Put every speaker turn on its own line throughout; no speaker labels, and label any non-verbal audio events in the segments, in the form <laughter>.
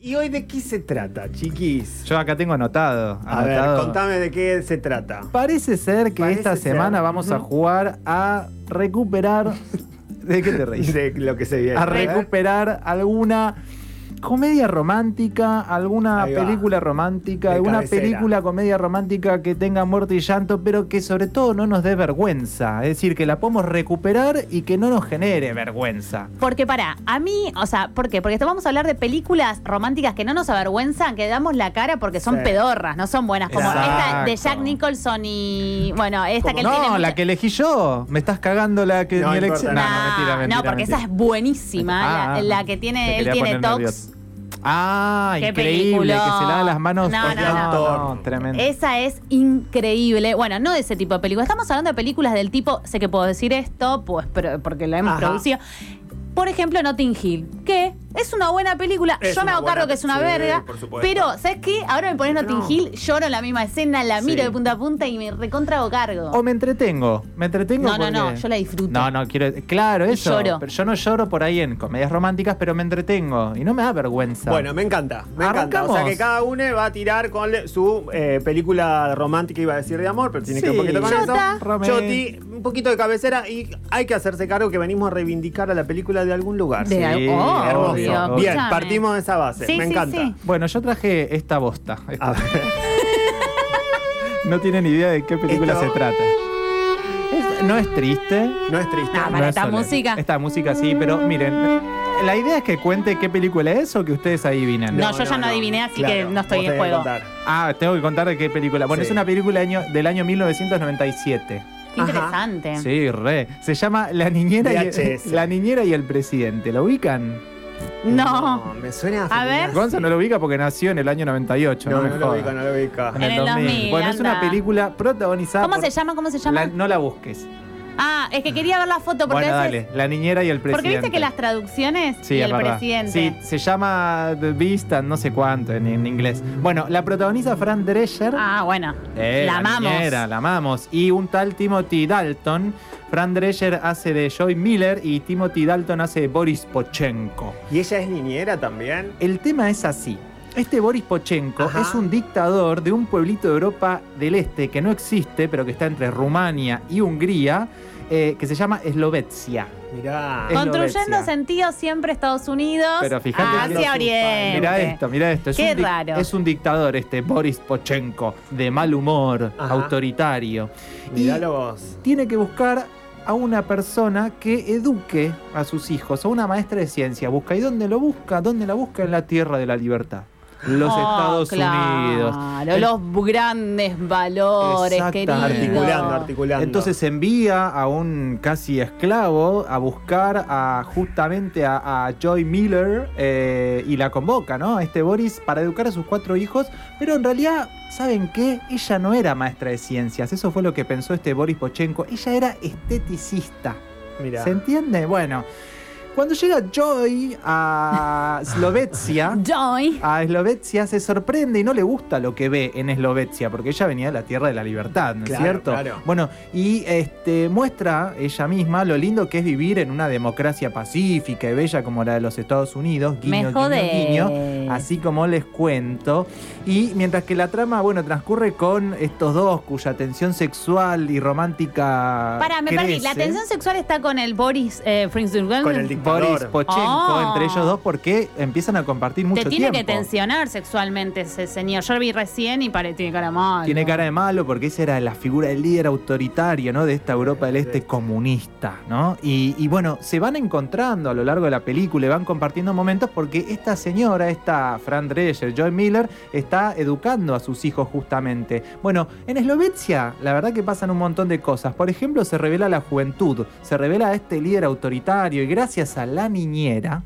¿Y hoy de qué se trata, chiquis?
Yo acá tengo anotado.
A
anotado.
ver, contame de qué se trata.
Parece ser que
Parece
esta
ser.
semana vamos a jugar a recuperar.
<laughs>
¿De qué te reís?
De lo que se viene.
A
¿eh?
recuperar alguna comedia romántica, alguna
Ahí va.
película romántica,
De
alguna
cabecera.
película comedia romántica que tenga muerte y llanto, pero que sobre todo no nos dé vergüenza. Es decir, que la podamos recuperar y que no nos genere vergüenza.
Porque para, a mí, o sea, ¿por qué? Porque esto vamos a hablar de películas románticas que no nos avergüenzan, que damos la cara porque son
Sí.
pedorras, no son buenas. Como esta de
Exacto.
Jack Nicholson y. Bueno, esta que él tiene.
No,
mucha-
la que elegí yo. Me estás cagando la que
No
mi
importa.
elección.
No,
No, no, mentira, mentira,
no, porque
mentira.
esa es buenísima.
Ah,
la, la que
me
tiene, él
quería
tiene
poner
tox.
nervioso. Ah,
Qué
increíble,
peliculón.
que se lava las manos.
No,
porque-
no,
no.
tremendo.
Esa es increíble. Bueno, no de ese tipo de películas. Estamos hablando de películas del tipo, sé que puedo decir esto, pues pero- porque lo hemos
Ajá.
producido. Por ejemplo, Notting Hill, que es una buena película.
Es
Yo me
una
hago
buena-
cargo que es una
sí,
verga.
por supuesto.
Pero, ¿sabes qué? Ahora me pones Notting
No.
Hill, lloro en la misma escena, la
Sí.
miro de punta a punta y me recontra hago cargo.
O Oh, me entretengo, me entretengo.
No, no,
porque-
no, yo la disfruto.
No, no, quiero. Claro,
Y
eso.
lloro.
Pero yo no lloro por ahí en comedias románticas, pero me entretengo y no me da vergüenza.
Bueno, me encanta, me encanta. O sea
Arrancamos.
que cada uno va a tirar con le- su eh, película romántica, iba a decir de amor, pero tiene que
Sí.
un poquito con
Chota.
eso.
Romé.
Choti, un poquito de cabecera y hay que hacerse cargo que venimos a reivindicar a la película de algún lugar.
De
Sí,
algo. Oh,
Hermoso.
obvio,
obvio.
Bien,
Escúchame.
partimos de esa base.
Sí,
me
sí,
encanta.
sí.
Bueno, yo traje esta bosta.
A ver. <laughs>
No tienen idea de qué película
Esto-
se trata. Es- no es triste.
No es triste.
No, para
no es
esta
solemne.
música.
Esta música sí, pero miren. La idea es que cuente qué película es o que ustedes adivinen.
No, yo ya no adiviné, así que no estoy
vos tenés
en
que
juego.
contar.
Ah, tengo que contar de qué película. Bueno,
Sí.
es una película del año, del año 1997.
Qué
Ajá.
interesante.
Sí, re. Se llama La niñera, y el,
VHS.
<laughs> la niñera y el presidente. ¿Lo ubican?
No.
me suena
A ver.
feminazi.
Gonza no lo ubica porque nació en el año 98. No,
Ah, No,
me
no lo
jodas.
ubico, no lo ubico.
<laughs>
En el 2000,
Bueno, es una
anda.
película protagonizada
¿Cómo
por-
se llama? ¿Cómo se llama?
La- no la busques.
Ah, es que quería ver la foto porque
Bueno,
a veces-
dale. La niñera y el presidente.
Porque viste que las traducciones
Sí,
y
es
el
verdad.
presidente.
Sí, se llama The Beast and no sé cuánto en, en inglés. Bueno, la protagoniza Fran Drescher.
Ah, bueno.
Eh,
la amamos.
niñera, la amamos. Y un tal Timothy Dalton. Fran Drescher hace de Joy Miller y Timothy Dalton hace de Boris Pochenko.
¿Y ella es niñera también?
El tema es así. Este Boris Pochenko
Ajá.
es un dictador de un pueblito de Europa del Este que no existe, pero que está entre Rumania y Hungría, eh, que se llama Eslovetsia.
Mirá.
Es-
Construyendo
Eslovecia.
sentido siempre Estados Unidos Ah,
Pero fíjate que
hacia
no-
Oriente.
Mira esto, mira esto. Es,
Qué
un dic-
raro.
es un dictador este Boris Pochenko, de mal humor,
Ajá.
autoritario.
Miralo vos.
tiene que buscar a una persona que eduque a sus hijos, a una maestra de ciencia. Busca. ¿Y dónde lo busca? ¿Dónde la busca? En la tierra de la libertad. Los
Oh,
Estados
claro,
Unidos. El-
Los grandes valores,
Exactamente.
querido.
Articulando, articulando.
Ah, Entonces envía a un casi esclavo a buscar a justamente a, a Joy Miller eh, y la convoca, ¿no? A este Boris para educar a sus cuatro hijos, pero en realidad, ¿saben qué? Ella no era maestra de ciencias, eso fue lo que pensó este Boris Pochenko, ella era esteticista.
Mirá.
¿Se entiende? Bueno, cuando llega Joy
<laughs>
a Slovetsia,
Joy.
a Eslovetsia se sorprende y no le gusta lo que ve en Eslovetsia, porque ella venía de la tierra de la libertad, ¿no es
Claro,
cierto?
claro.
Bueno, y este, muestra ella misma lo lindo que es vivir en una democracia pacífica y bella como la de los Estados Unidos, guiño,
Me
guiño,
jode.
guiño. Así como les cuento. Y mientras que la trama, bueno, transcurre con estos dos cuya tensión sexual y romántica.
Para, me perdí. La
crece.
tensión sexual está con el Boris eh, Prince
Con el dictador.
Boris Pochenko,
Oh.
entre ellos dos, porque empiezan a compartir mucho
Te tiene que
tiempo.
tensionar sexualmente ese señor. Yo lo vi recién y pare, tiene cara mal.
Tiene cara de malo porque esa era la figura del líder autoritario, ¿no? De esta Europa del Este comunista, ¿no? Y, y bueno, se van encontrando a lo largo de la película y van compartiendo momentos porque esta señora, esta Fran Drescher, Joy Miller, está educando a sus hijos justamente. Bueno, en Eslovecia, la verdad que pasan un montón de cosas. Por ejemplo, se revela la juventud, se revela a este líder autoritario y gracias a la niñera,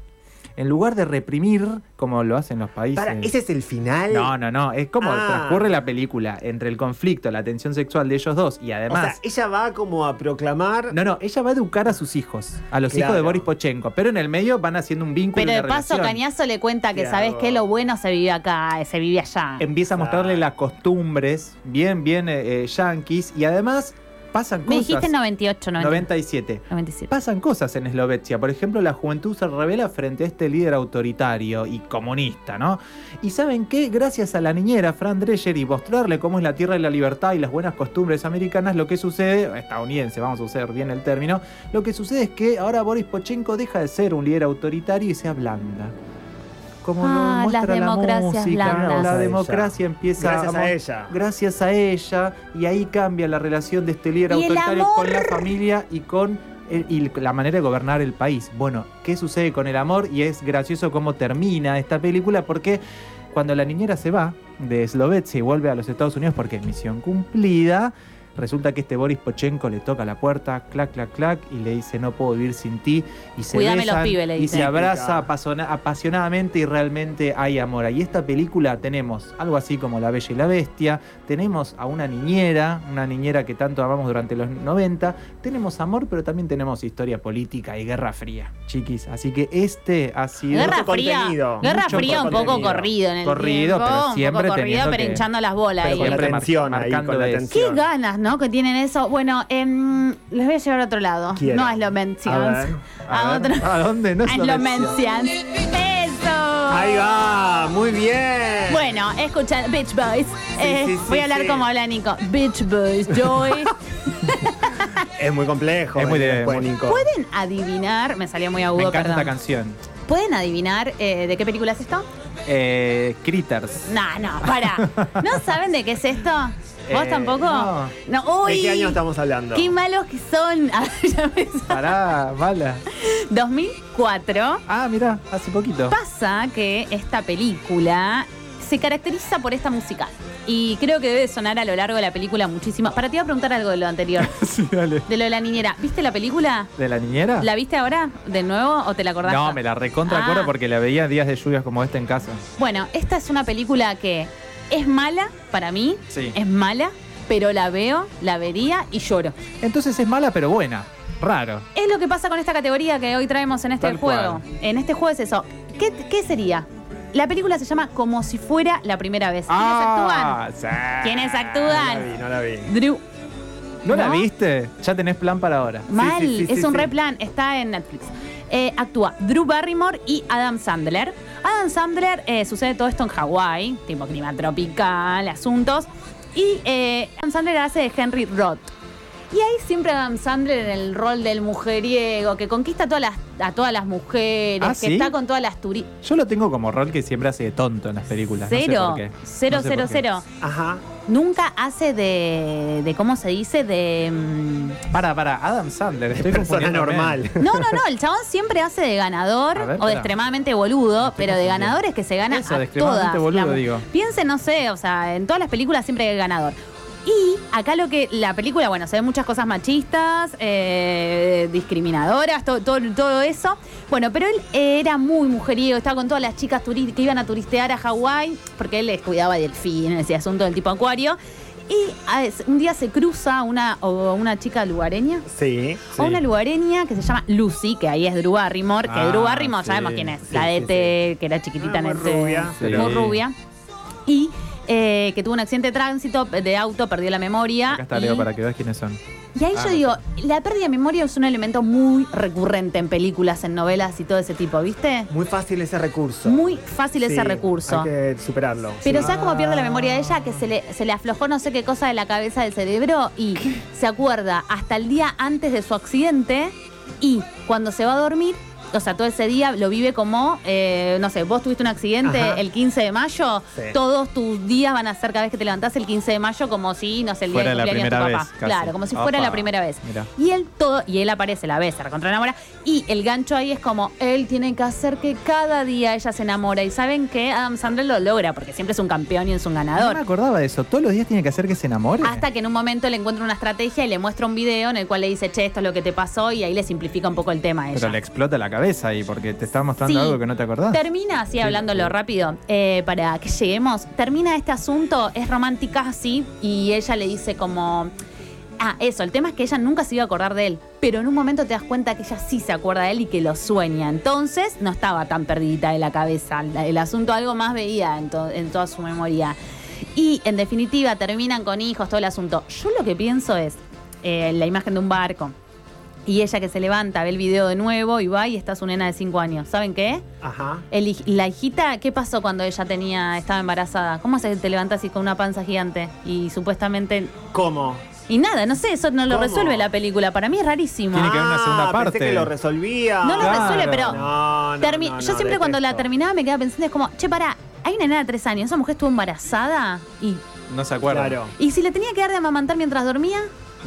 en lugar de reprimir, como lo hacen los países.
Para, ¿ese es el final?
No, no, no. Es como
Ah.
transcurre la película entre el conflicto, la tensión sexual de ellos dos y
O sea,
además.
ella va como a proclamar.
no, no, ella va a educar a sus hijos, a los hijos de
Claro.
Boris Pochenko, pero en el medio van haciendo un vínculo.
Pero
y
de
una
paso,
relación.
Cañazo le cuenta que,
Claro.
¿sabes qué? Lo bueno se vive acá, eh, se vive allá.
Empieza a mostrarle las costumbres, bien, bien eh, eh, yanquis, y además pasan cosas.
Me dijiste 98, 90,
97.
97.
Pasan cosas en Eslovecia. Por ejemplo, la juventud se revela frente a este líder autoritario y comunista, ¿no? Y ¿saben qué? Gracias a la niñera Fran Drescher y mostrarle cómo es la tierra y la libertad y las buenas costumbres americanas, lo que sucede, estadounidense, vamos a usar bien el término, lo que sucede es que ahora Boris Pochenko deja de ser un líder autoritario y se ablanda. Como lo
Ah, las
muestra la
democracias
música, la
blandas.
Gracias a
democracia empieza
Gracias
mo-
a ella.
gracias a ella y ahí cambia la relación de este líder
Y el
autoritario
amor.
con la familia y con el- y la manera de gobernar el país. Bueno, ¿qué sucede con el amor? Y es gracioso cómo termina esta película porque cuando la niñera se va de Eslovecia y vuelve a los Estados Unidos porque es misión cumplida, resulta que este Boris Pochenko le toca la puerta, clac, clac, clac, y le dice no puedo vivir sin ti. Y se
Cuidame
besan,
los pibes, le
Y
dice.
se abraza apasona- apasionadamente y realmente hay amor. Y esta película tenemos algo así como La Bella y la Bestia, tenemos a una niñera, una niñera que tanto amamos durante los 90, tenemos amor, pero también tenemos historia política y guerra fría, chiquis. Así que este ha sido...
Guerra
mucho
fría,
contenido,
guerra
mucho
fría un poco
contenido.
corrido en el
Corrido,
tiempo,
pero
un
siempre
poco corrido,
teniendo
pero
que-
hinchando las bolas
Pero
ahí.
con la
Siempre
tensión
mar-
ahí, con
marcando
la
eso.
Qué
tensión.
ganas, ¿no? Que tienen eso. Bueno, em, les voy a llevar a otro lado.
Quiero.
No a Slovencia.
A ver,
A,
ver,
otro.
<laughs>
Ah,
¿A dónde? No
A
es Eslovecia.
Slovencia. Eso.
Ahí va, muy bien.
Bueno, escucha, Beach Boys. Eh,
sí, sí,
voy a hablar
sí.
como habla Nico. Beach Boys,
<laughs>
Joy. <laughs>
Es muy complejo.
Es muy
venir
de-
después,
muy-
Nico.
¿Pueden adivinar? Me salió muy
Me
agudo,
encanta
perdón.
esta canción.
¿Pueden adivinar eh, de qué película es esto?
Eh, Critters.
No, no,
<laughs>
para. ¿No saben de qué es esto? ¿Vos
Eh,
tampoco?
no.
uy.
¿De qué año estamos hablando?
Qué malos que son. <laughs> A ver, ya me sa-
Pará, mala.
2004.
Ah, mirá, hace poquito.
Pasa que esta película se caracteriza por esta música. Y creo que debe sonar a lo largo de la película muchísimo. Para ti iba a preguntar algo de lo anterior,
<laughs>
<laughs>
Sí, dale.
de lo de la niñera. ¿Viste la película?
¿De la niñera?
¿La viste ahora de nuevo o te la acordaste?
No, me la recontra acuerdo
Ah.
porque la veía días de lluvias como esta en casa.
Bueno, esta es una película que es mala para mí,
Sí.
es mala, pero la veo, la vería y lloro.
Entonces es mala pero buena. Raro.
Es lo que pasa con esta categoría que hoy traemos en este
Tal
juego.
cual.
En este juego es eso. ¿Qué, qué sería? La película se llama Como si fuera la primera vez. ¿Quiénes
Ah, sí.
actúan? ¿Quiénes
No la vi,
actúan?
no la vi.
Drew
¿No, la
¿No?
viste? Ya tenés plan para ahora.
Mal,
sí, sí,
es
sí,
un
sí.
replan, está en Netflix. Eh, actúa Drew Barrymore y Adam Sandler. Adam Sandler eh, sucede todo esto en Hawái, tipo clima tropical, asuntos. Y eh, Adam Sandler hace de Henry Roth. Y ahí siempre Adam Sandler en el rol del mujeriego, que conquista a todas las, a todas las mujeres,
¿Ah,
que
sí?
está con todas las turistas.
Yo lo tengo como rol que siempre hace de tonto en las películas. no sé
Cero,
por qué.
cero,
No sé
cero,
por qué.
cero.
Ajá.
Nunca hace de, de, ¿cómo se dice? De... mm,
Para, para, Adam Sandler. Estoy
Persona
confundiéndome.
normal.
No, no, no, el chabón siempre hace de ganador
A ver,
o de
espera.
extremadamente boludo, pero de
confundiendo.
ganador es que se gana
Eso,
a
de extremadamente
todas.
boludo,
La-
digo.
Piense, no sé, o sea, en todas las películas siempre hay ganador. Y acá lo que la película, bueno, se ven muchas cosas machistas, eh, discriminadoras, to- todo, todo eso. Bueno, pero él eh, era muy mujeriego, estaba con todas las chicas turis- que iban a turistear a Hawái, porque él les cuidaba del fin, ese asunto del tipo acuario. Y ah, es- un día se cruza una, o una chica lugareña,
Sí.
a una lugareña que se llama Lucy, que ahí es Drew Barrymore, que
Ah,
Drew Barrymore
sí,
sabemos quién es,
sí,
la
sí,
de E
sí.
T, que era chiquitita
Ah, muy
en ese-
rubia.
Sí.
muy rubia. Y eh, que tuvo un accidente de tránsito de auto, perdió la memoria.
Acá está
Ah, y,
Leo para que veas quiénes son.
y ahí
Ah,
yo
no.
digo, la pérdida de memoria es un elemento muy recurrente en películas, en novelas y todo ese tipo, ¿viste?
Muy fácil ese recurso.
Muy fácil
Sí,
ese recurso.
Hay que superarlo.
Pero
sí.
¿sabes cómo pierde la memoria de ella? Que se le, se le aflojó no sé qué cosa de la cabeza del cerebro y se acuerda hasta el día antes de su accidente y cuando se va a dormir, o sea, todo ese día lo vive como, eh, no sé, vos tuviste un accidente
Ajá.
el 15 de mayo,
Sí.
todos tus días van a ser cada vez que te levantás el 15 de mayo como si, no sé, el día
Fuera
de
la
cumpleaños de tu
primera vez.
papá.
casi.
Claro, como si fuera la
Opa.
primera vez.
Mirá.
Y él todo, y él aparece, la besa, la contraenamora. Y el gancho ahí es como, él tiene que hacer que cada día ella se enamora. Y saben que Adam Sandler lo logra, porque siempre es un campeón y es un
No me
ganador.
acordaba de eso. Todos los días tiene que hacer que se enamore.
Hasta que en un momento le encuentra una estrategia y le muestra un video en el cual le dice, che, esto es lo que te pasó, y ahí le simplifica un poco el tema a ella.
Pero le explota la cabeza ahí porque te estaba mostrando
Sí.
algo que no te acordás.
Termina así,
Sí,
hablándolo
sí.
rápido, eh, para que lleguemos. Termina este asunto, es romántica así, y ella le dice como... Ah, eso, el tema es que ella nunca se iba a acordar de él, pero en un momento te das cuenta que ella sí se acuerda de él y que lo sueña. Entonces no estaba tan perdida de la cabeza, la- el asunto algo más veía en, to- en toda su memoria. Y en definitiva terminan con hijos, todo el asunto. Yo lo que pienso es, eh, la imagen de un barco. Y ella que se levanta, ve el video de nuevo y va y está su nena de 5 años. ¿Saben qué?
Ajá.
El hij- la hijita, ¿qué pasó cuando ella tenía, estaba embarazada? ¿Cómo se te levantas así con una panza gigante? Y supuestamente.
¿Cómo?
Y nada, no sé, eso no lo
¿Cómo?
resuelve la película. Para mí es rarísimo.
Tiene que haber una segunda
Ah,
parte.
Pensé que lo resolvía.
No lo
Claro.
resuelve, pero.
No, no,
termi-
no, no,
yo siempre cuando la
detesto.
terminaba me quedaba pensando, es como, che, pará, hay una nena de 3 años, esa mujer estuvo embarazada y.
No se acuerda.
Claro.
¿Y si le tenía que dar de amamantar mientras dormía?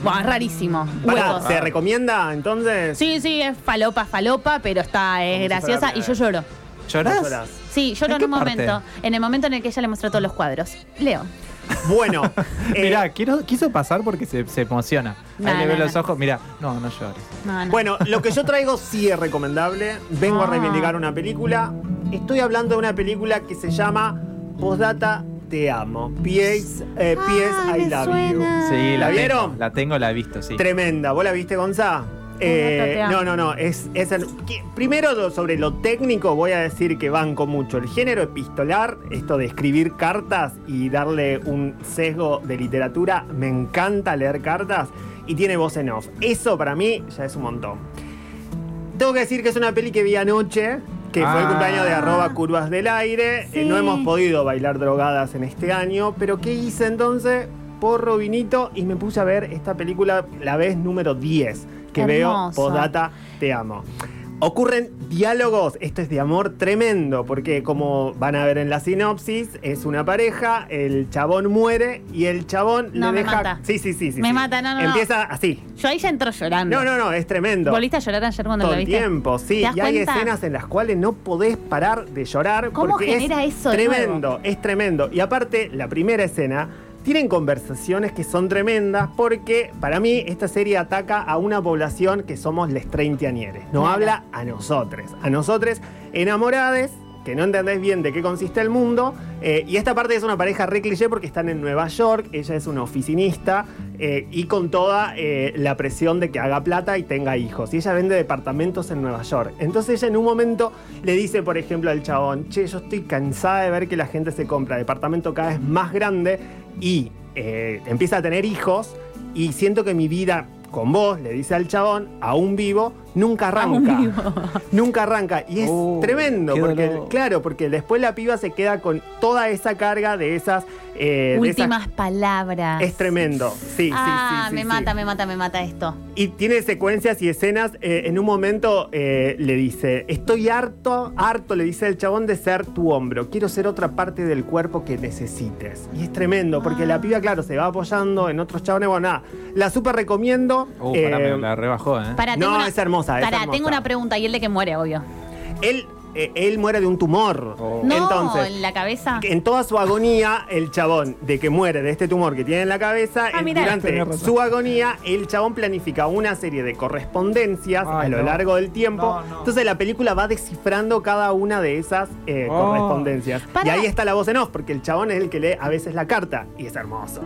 Buah, es rarísimo.
Pará,
Huevos.
¿Se recomienda entonces?
Sí, sí, es falopa, falopa, pero está, es
Como si
graciosa
fuera
y yo lloro.
Dos
¿Llorás?
horas.
Sí, lloro
¿En
en,
qué
un
parte?
momento. En el momento en el que ella le mostró todos los cuadros. Leo.
<laughs>
Bueno, eh,
<laughs> Mirá, quiero- quiso pasar porque se, se emociona. Ahí
No,
le ve
no,
los
no.
ojos. Mirá, no, no llores.
No, no.
bueno, lo que yo traigo sí es recomendable. Vengo a
Ah.
reivindicar una película. Estoy hablando de una película que se llama Postdata Te Amo. Pies, eh, Pies
Ah,
I
me
Love
suena.
You.
Sí, la,
¿La
tengo,
vieron?
La tengo, la he visto, sí.
Tremenda. ¿Vos la viste, Gonza? Eh,
Te Amo.
no, no, no. Es, es el- que- primero lo- sobre lo técnico voy a decir que banco mucho. El género epistolar, esto de escribir cartas y darle un sesgo de literatura, me encanta leer cartas y tiene voz en off. Eso para mí ya es un montón. Tengo que decir que es una peli que vi anoche, que fue el
Ah.
cumpleaños de arroba curvas del aire. Eh, no
Sí.
hemos podido bailar drogadas en este año, pero ¿qué hice entonces? Porro, vinito y me puse a ver esta película la vez número 10 que veo
Hermoso.
postdata Te Amo. Ocurren diálogos, esto es de amor tremendo, porque como van a ver en la sinopsis, es una pareja, el chabón muere y el chabón
No,
le
me
deja...
mata.
Sí, sí, sí, sí.
Me
sí.
mata, no, no, no.
Empieza así.
Yo ahí ya entro llorando.
No, no, no, es tremendo.
¿Volviste a llorar ayer cuando
Todo
la
el
viste?
tiempo, sí.
¿Te das
Y hay
cuenta?
escenas en las cuales no podés parar de llorar.
¿Cómo
porque
genera
es
eso de
Tremendo, es tremendo. Y aparte, la primera escena, tienen conversaciones que son tremendas porque para mí esta serie ataca a una población que somos les treintañeres. No
Claro.
habla a nosotros, a nosotros enamorades que no entendés bien de qué consiste el mundo. eh, y esta parte es una pareja re cliché porque están en Nueva York, ella es una oficinista eh, y con toda eh, la presión de que haga plata y tenga hijos. Y ella vende departamentos en Nueva York. Entonces ella en un momento le dice, por ejemplo, al chabón, che, yo estoy cansada de ver que la gente se compra departamento cada vez más grande y eh, empieza a tener hijos y siento que mi vida con vos, le dice al chabón, aún vivo, nunca arranca.
Aún vivo.
<laughs> Nunca arranca. Y es
Oh,
tremendo,
qué
porque
dolor.
claro, porque después la piba se queda con toda esa carga de esas... eh, de esas-
Últimas palabras.
es tremendo. Sí, sí,
ah,
sí, sí,
me
sí.
mata, me mata, me mata esto.
Y tiene secuencias y escenas. eh, en un momento eh, le dice, estoy harto, harto, le dice el chabón, de ser tu hombro. Quiero ser otra parte del cuerpo que necesites. Y es tremendo, porque
Ah.
la piba, claro, se va apoyando en otros chabones. Bueno, nada, la súper recomiendo.
Uh,
eh,
pará, me la rebajó, ¿eh?
Para, tengo
No,
una,
es hermosa, es
Pará,
hermosa.
tengo una pregunta y el de que muere, obvio.
él, eh, él muere de un tumor.
Oh.
No,
Entonces,
en la cabeza.
que en toda su agonía, el chabón de que muere de este tumor que tiene en la cabeza,
Ah,
en-
mirá.
Tenés
durante
razón.
su agonía, el chabón planifica una serie de correspondencias
Ay,
a lo
no.
largo del tiempo.
No, no.
Entonces la película va descifrando cada una de esas eh,
Oh.
correspondencias. Y
Pará.
ahí está la voz en off, porque el chabón es el que lee a veces la carta y es hermoso.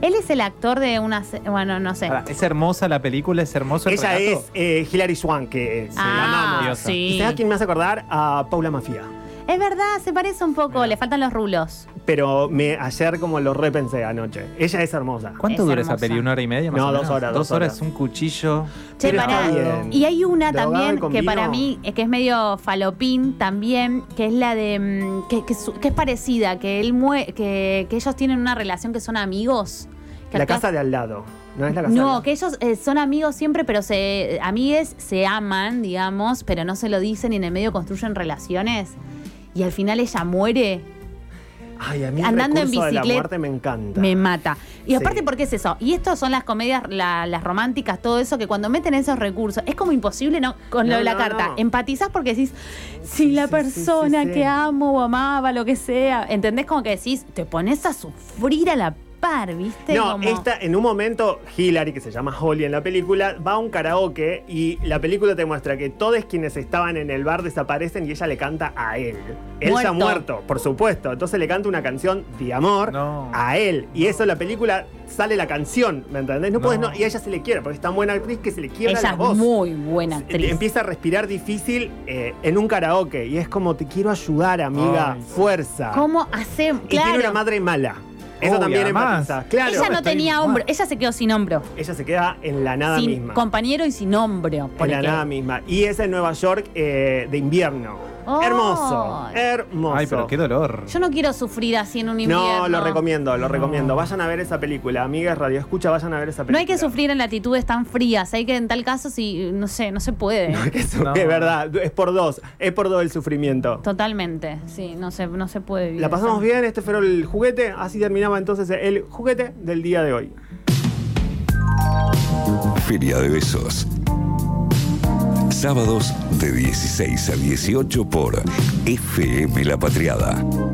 Él es el actor de una. se- Bueno, no sé.
Pará, es hermosa la película, es hermoso el
Ella
relato.
es eh, Hilary Swank, que es. eh,
ah,
amamos.
¿Y
sí.
sabes a quién me hace acordar? A Paula Mafia.
Es verdad, se parece un poco, le faltan los rulos.
Pero me, ayer como lo repensé anoche. Ella es hermosa.
¿Cuánto
Es
dura esa
hermosa.
peli? ¿Una hora y media más
No,
o
dos
menos?
horas,
Dos
dos
horas,
horas.
un cuchillo.
Che,
Pero
pará.
está bien.
Y hay una
Drogado
también
con
que
vino.
para mí es que es medio falopín también, que es la de mm, que, que su- que es parecida, que él mue- que, que ellos tienen una relación que son amigos. Que
La
acá-
casa de al lado. No es la casa de al
No,
lado.
que ellos eh, son amigos siempre, pero se amigues se aman, digamos, pero no se lo dicen y en el medio construyen relaciones. Y al final ella muere.
Ay, a mí el
Andando en
recurso de la
bicicleta-
muerte me encanta.
Me mata. Y
Sí.
aparte, porque es eso? Y esto son las comedias, la- las románticas, todo eso, que cuando meten esos recursos, es como imposible, ¿no? Con lo
No,
de la
no,
carta.
no.
Empatizás porque decís, si la
sí, sí,
persona
sí, sí.
que amo o amaba, lo que sea, ¿entendés? Como que decís, te pones a sufrir a la par, ¿viste?
no,
Como-
esta, en un momento, Hillary, que se llama Holly en la película, va a un karaoke y la película te muestra que todos quienes estaban en el bar desaparecen y ella le canta a él. Él ya
Muerto.
muerto, por supuesto. Entonces le canta una canción de amor
No.
a él. Y eso, la película, sale la canción, ¿me entendés? No,
No.
podés, no. Y a ella se le quiere, porque es tan buena actriz que se le quiebra
Ella
la
es
voz.
muy buena actriz.
Empieza a respirar difícil eh, en un karaoke y es como te quiero ayudar, amiga,
Ay.
fuerza.
¿Cómo hace?
Y tiene una
Claro.
madre mala. Eso
Oh, y
también
además-
empatiza. Claro.
ella no
estoy
tenía
mal.
hombro, ella se quedó sin hombro.
Ella se queda en la nada
sin
misma.
compañero y sin hombro.
en
porque-
la nada misma. Y es en Nueva York eh, de invierno.
Oh.
Hermoso. Hermoso.
Ay, pero qué dolor.
Yo no quiero sufrir así en un invierno.
no, lo recomiendo, lo
No.
recomiendo. Vayan a ver esa película, amigas Radio Escucha, vayan a ver esa película.
No hay
<laughs>
que sufrir en latitudes tan frías. Hay que, en tal caso, si, no sé, no
<laughs>
se puede.
Es
No.
verdad, es por dos, es por dos el sufrimiento.
Totalmente. Sí, no se, no se puede vivir.
La pasamos
eso.
bien, este fue el juguete, así terminaba entonces el juguete del día de hoy.
Feria de Besos. Sábados de 16 a 18 por FM La Patriada.